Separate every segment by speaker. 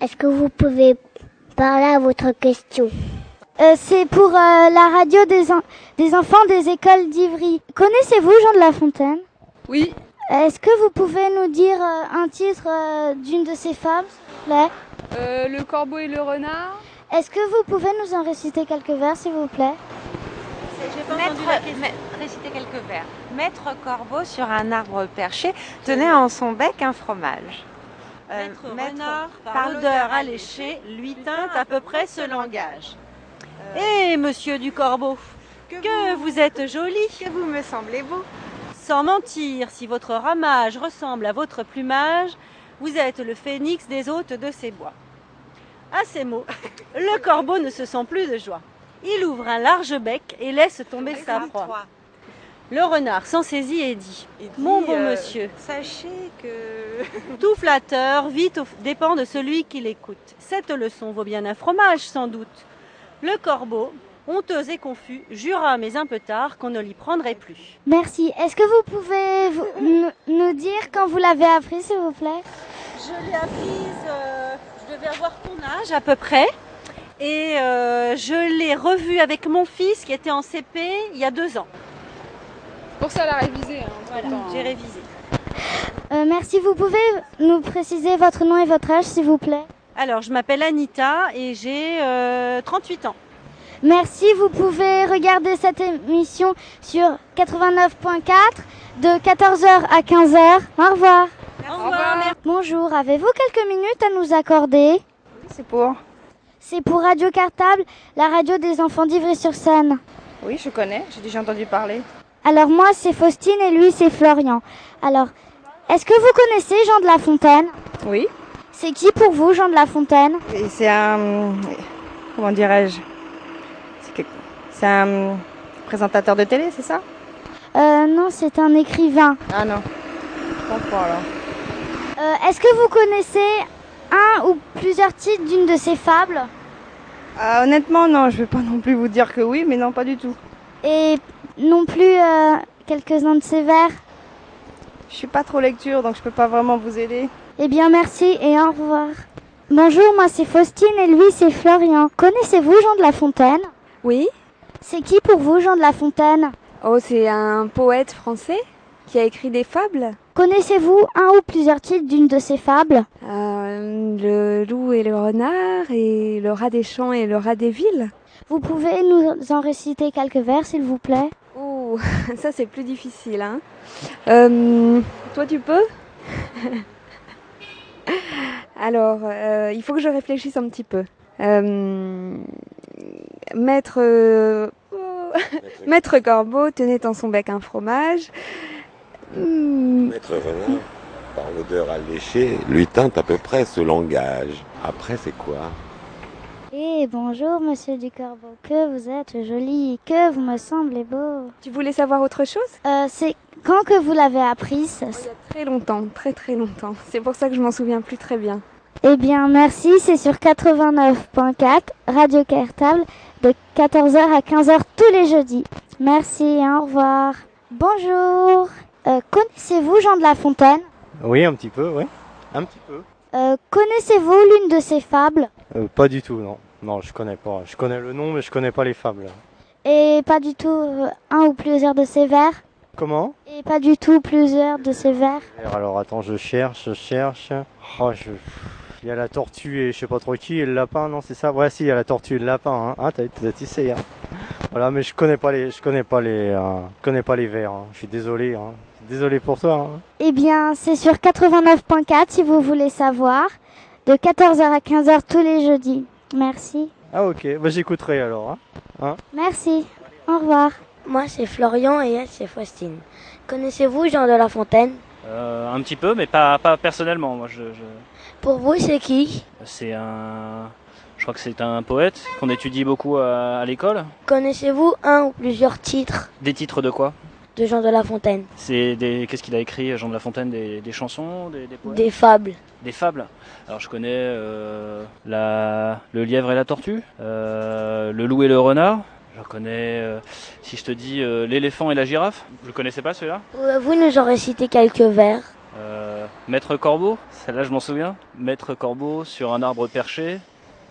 Speaker 1: Est-ce que vous pouvez parler à votre question
Speaker 2: Euh, c'est pour euh, la radio des, en- des enfants des écoles d'Ivry. Connaissez-vous Jean de La Fontaine Euh,
Speaker 3: Oui,
Speaker 2: Est-ce que vous pouvez nous dire euh, un titre euh, d'une de ces femmes, s'il vous plaît
Speaker 3: euh, le corbeau et le renard.
Speaker 2: Est-ce que vous pouvez nous en réciter quelques vers, s'il vous plaît
Speaker 4: Maître, ma- réciter quelques vers. Maître corbeau sur un arbre perché tenait en son bec un fromage. Euh,
Speaker 5: Maître,
Speaker 4: maître-
Speaker 5: renard,
Speaker 4: par
Speaker 5: par
Speaker 4: odeur
Speaker 5: l'odeur alléchée, lui tint à peu près ce langage. Eh, monsieur du corbeau,
Speaker 4: que,
Speaker 5: que
Speaker 4: vous,
Speaker 5: vous êtes joli
Speaker 4: que vous me semblez beau.
Speaker 5: Sans mentir, si votre ramage ressemble à votre plumage, vous êtes le phénix des hôtes de ces bois. À ces mots, le corbeau ne se sent plus de joie. Il ouvre un large bec et laisse tomber sa proie. Le renard s'en saisit et dit
Speaker 4: Et
Speaker 5: Mon
Speaker 4: dit,
Speaker 5: bon
Speaker 4: euh,
Speaker 5: monsieur,
Speaker 4: Sachez que.
Speaker 5: tout flatteur vite au- dépend de celui qui l'écoute. Cette leçon vaut bien un fromage, sans doute. Le corbeau, honteux et confus, jura, mais un peu tard, qu'on ne l'y prendrait plus.
Speaker 2: Merci. Est-ce que vous pouvez vous- nous- nous dire quand vous l'avez appris, s'il vous plaît
Speaker 5: Je l'ai apprise, euh, je devais avoir ton âge à peu près. Et euh, je l'ai revue avec mon fils qui était en CP il y a deux ans.
Speaker 3: Pour ça, la réviser. hein, entre-temps,
Speaker 5: J'ai
Speaker 3: hein.
Speaker 5: révisé.
Speaker 2: Euh, Merci. Vous pouvez nous préciser votre nom et votre âge, s'il vous plaît
Speaker 5: Alors, je m'appelle Anita et j'ai euh, 38 ans.
Speaker 2: Merci, vous pouvez regarder cette émission sur 89.4 de 14h à 15h. Au revoir.
Speaker 5: Au
Speaker 3: revoir.
Speaker 2: Bonjour, avez-vous quelques minutes à nous accorder
Speaker 6: C'est pour
Speaker 2: C'est pour Radio Cartable, la radio des enfants d'Ivry-sur-Seine.
Speaker 6: Oui, je connais, j'ai déjà entendu parler.
Speaker 2: Alors moi c'est Faustine et lui c'est Florian. Alors, est-ce que vous connaissez Jean de La Fontaine
Speaker 6: Oui.
Speaker 2: C'est qui pour vous Jean de La Fontaine
Speaker 6: Et c'est un. Comment dirais-je C'est que- C'est un présentateur de télé, c'est ça
Speaker 2: Euh non, c'est un écrivain.
Speaker 6: Ah non. Je comprends alors.
Speaker 2: Euh, est-ce que vous connaissez un ou plusieurs titres d'une de ses fables
Speaker 6: Ah, honnêtement, non, je vais pas non plus vous dire que oui, mais non, pas du tout.
Speaker 2: et non plus euh, quelques-uns de ses vers.
Speaker 6: Je suis pas trop lecture, donc je peux pas vraiment vous aider.
Speaker 2: Eh bien, merci et au revoir. Bonjour, moi c'est Faustine et lui c'est Florian. Connaissez-vous Jean de La Fontaine
Speaker 7: Oui.
Speaker 2: C'est qui pour vous Jean de La Fontaine
Speaker 7: Oh, c'est un poète français qui a écrit des fables.
Speaker 2: Connaissez-vous un ou plusieurs titres d'une de ses fables
Speaker 7: Euh, le loup et le renard et le rat des champs et le rat des villes.
Speaker 2: Vous pouvez nous en réciter quelques vers s'il vous plaît
Speaker 7: Ouh, ça c'est plus difficile. Hein. Euh, toi tu peux Alors, euh, il faut que je réfléchisse un petit peu. Euh, maître, euh, oh, maître Corbeau tenait dans son bec un fromage. Hmm,
Speaker 8: Maître Renard, par l'odeur alléchée, lui tint à peu près ce langage. Après, c'est quoi
Speaker 2: Eh bonjour monsieur du Corbeau, que vous êtes joli, que vous me semblez beau.
Speaker 7: tu voulais savoir autre chose
Speaker 2: Euh, c'est quand que vous l'avez appris ça
Speaker 7: Il y a très longtemps, très très longtemps. C'est pour ça que je m'en souviens plus très bien.
Speaker 2: Eh bien, merci, c'est sur 89.4, Radio Cartable, de 14h à 15h tous les jeudis. Merci et au revoir. Bonjour. Euh, connaissez-vous Jean de La Fontaine
Speaker 9: Oui, un petit peu, oui. Un petit peu.
Speaker 2: Euh, Connaissez-vous l'une de ses fables
Speaker 9: Euh, pas du tout, non. Non, je connais pas. Je connais le nom, mais je connais pas les fables.
Speaker 2: Et pas du tout euh, un ou plusieurs de ses vers
Speaker 9: Comment
Speaker 2: Et pas du tout plusieurs de ses vers
Speaker 9: Alors attends, je cherche, je cherche. Oh, je... Il y a la tortue et je sais pas trop qui, et le lapin, non, c'est ça Ouais, si, il y a la tortue et le lapin. Hein. Ah, t'as t'as essayé. Hein. Voilà, mais je connais pas les, je connais pas les, euh, je connais pas les vers. hein. Je suis désolé. Hein. Désolé pour toi. Hein.
Speaker 2: Eh bien, c'est sur 89.4 si vous voulez savoir, de 14h à 15h tous les jeudis. Merci.
Speaker 9: Ah ok, bah j'écouterai alors. Hein.
Speaker 2: Merci. Au revoir.
Speaker 1: Moi c'est Florian et elle c'est Faustine. Connaissez-vous Jean de La Fontaine
Speaker 10: Euh, un petit peu, mais pas, pas personnellement. Moi, je, je-
Speaker 1: Pour vous c'est qui
Speaker 10: C'est un. Je crois que c'est un poète qu'on étudie beaucoup à, à l'école.
Speaker 1: Connaissez-vous un ou plusieurs titres
Speaker 10: Des titres de quoi
Speaker 1: de Jean de La Fontaine.
Speaker 10: C'est des qu'est-ce qu'il a écrit Jean de La Fontaine des, des chansons, des des, poèmes
Speaker 1: Des fables.
Speaker 10: Des fables. Alors je connais euh, la le lièvre et la tortue, euh, le loup et le renard. Je connais euh, si je te dis euh, l'éléphant et la girafe. Vous le connaissez pas celui-là
Speaker 1: Euh, Vous nous en récitez quelques vers.
Speaker 10: Euh, Maître Corbeau, celle-là je m'en souviens. Maître Corbeau sur un arbre perché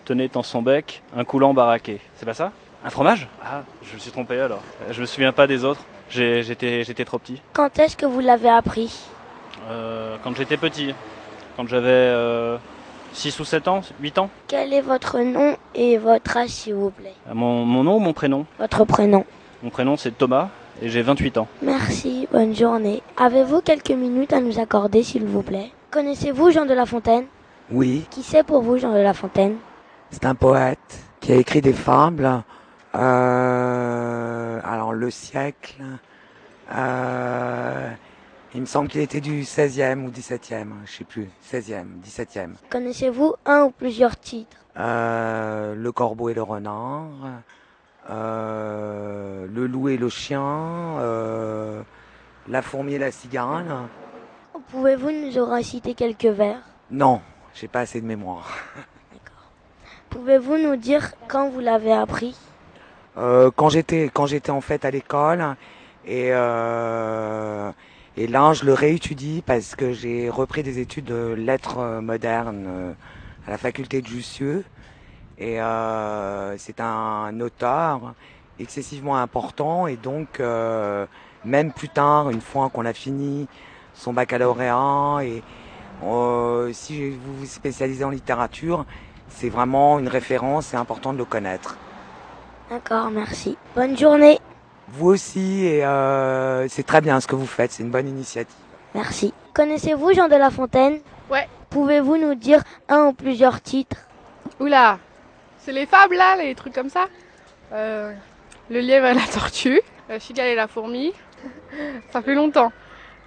Speaker 10: tenait en son bec un coulant baraqué. C'est pas ça Un fromage Ah, je me suis trompé alors. Euh, Je me souviens pas des autres. J'ai- J'étais j'étais trop petit.
Speaker 1: Quand est-ce que vous l'avez appris
Speaker 10: Euh, quand j'étais petit, quand j'avais euh, 6 ou 7 ans, 8 ans.
Speaker 1: Quel est votre nom et votre âge, s'il vous plaît
Speaker 10: Euh, Mon, mon nom ou mon prénom
Speaker 1: Votre prénom.
Speaker 10: Mon prénom c'est Thomas et j'ai 28 ans.
Speaker 1: Merci, bonne journée. Avez-vous quelques minutes à nous accorder, s'il vous plaît Connaissez-vous Jean de La Fontaine
Speaker 11: Oui,
Speaker 1: Qui c'est pour vous Jean de La Fontaine
Speaker 11: c'est un poète qui a écrit des fables. Euh, alors, le siècle, euh, il me semble qu'il était du 16e ou 17e, je sais plus, 16e, 17e.
Speaker 1: Connaissez-vous un ou plusieurs titres
Speaker 11: Euh, le corbeau et le renard, euh, le loup et le chien, euh, la fourmi et la cigale.
Speaker 1: Oh, Pouvez-vous nous en réciter quelques vers
Speaker 11: Non, j'ai pas assez de mémoire.
Speaker 1: Pouvez-vous nous dire quand vous l'avez appris
Speaker 11: Euh, quand j'étais quand j'étais en fait à l'école et euh, et là je le réétudie parce que j'ai repris des études de lettres euh, modernes euh, à la faculté de Jussieu et euh, c'est un auteur excessivement important et donc euh, même plus tard une fois qu'on a fini son baccalauréat et euh, si vous vous spécialisez en littérature c'est vraiment une référence c'est important de le connaître
Speaker 1: D'accord, merci. Bonne journée.
Speaker 11: vous aussi, et euh, c'est très bien ce que vous faites, c'est une bonne initiative.
Speaker 1: Merci. Connaissez-vous Jean de La Fontaine
Speaker 7: Ouais.
Speaker 1: Pouvez-vous nous dire un ou plusieurs titres
Speaker 7: Oula, c'est les fables là, les trucs comme ça Euh, Le lièvre et la tortue, la cigale et la fourmi. ça fait longtemps.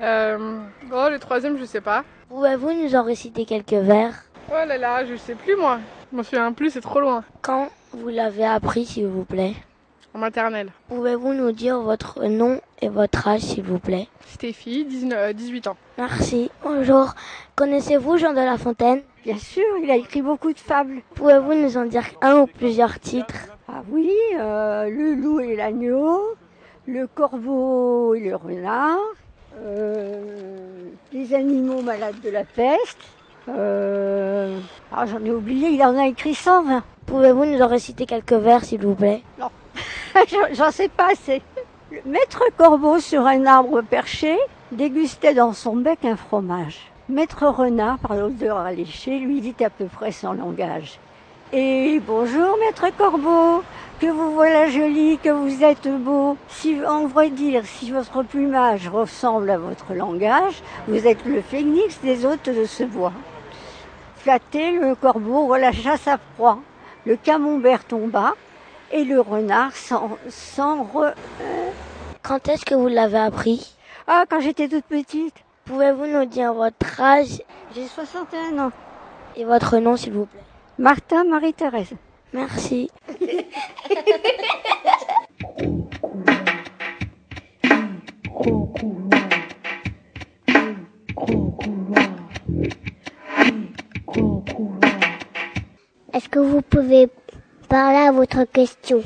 Speaker 7: Euh, oh, le troisième, je sais pas.
Speaker 1: Pouvez-vous nous en réciter quelques vers
Speaker 7: Oh là là, je sais plus moi. Je m'en souviens plus, c'est trop loin.
Speaker 1: Quand vous l'avez appris, s'il vous plaît
Speaker 7: En maternelle.
Speaker 1: Pouvez-vous nous dire votre nom et votre âge, s'il vous plaît
Speaker 7: Stéphie, 19, euh, 18 ans.
Speaker 1: Merci. Bonjour. Connaissez-vous Jean de La Fontaine
Speaker 5: Bien sûr, il a écrit beaucoup de fables.
Speaker 1: Pouvez-vous nous en dire un ou plusieurs titres
Speaker 5: Ah oui, euh, le loup et l'agneau, le corbeau et le renard, euh, les animaux malades de la peste. euh, ah, j'en ai oublié, il en a écrit 120.
Speaker 1: Pouvez-vous nous en réciter quelques vers, s'il vous plaît
Speaker 5: J'en- J'en sais pas assez. Le Maître Corbeau sur un arbre perché dégustait dans son bec un fromage. Maître Renard, par l'odeur alléchée, lui dit à peu près son langage. Et bonjour, Maître Corbeau, que vous voilà joli, que vous êtes beau. Si, en vrai dire, si votre plumage ressemble à votre langage, vous êtes le phénix des hôtes de ce bois. Flatté, le corbeau relâcha sa proie. Le camembert tomba et le renard s'en s'en re...
Speaker 1: Quand est-ce que vous l'avez appris
Speaker 5: Ah, quand j'étais toute petite.
Speaker 1: Pouvez-vous nous dire votre âge
Speaker 5: J'ai 61 ans.
Speaker 1: et votre nom, s'il vous plaît
Speaker 5: Martin Marie-Thérèse.
Speaker 1: Merci.
Speaker 2: Est-ce que vous pouvez parler à votre question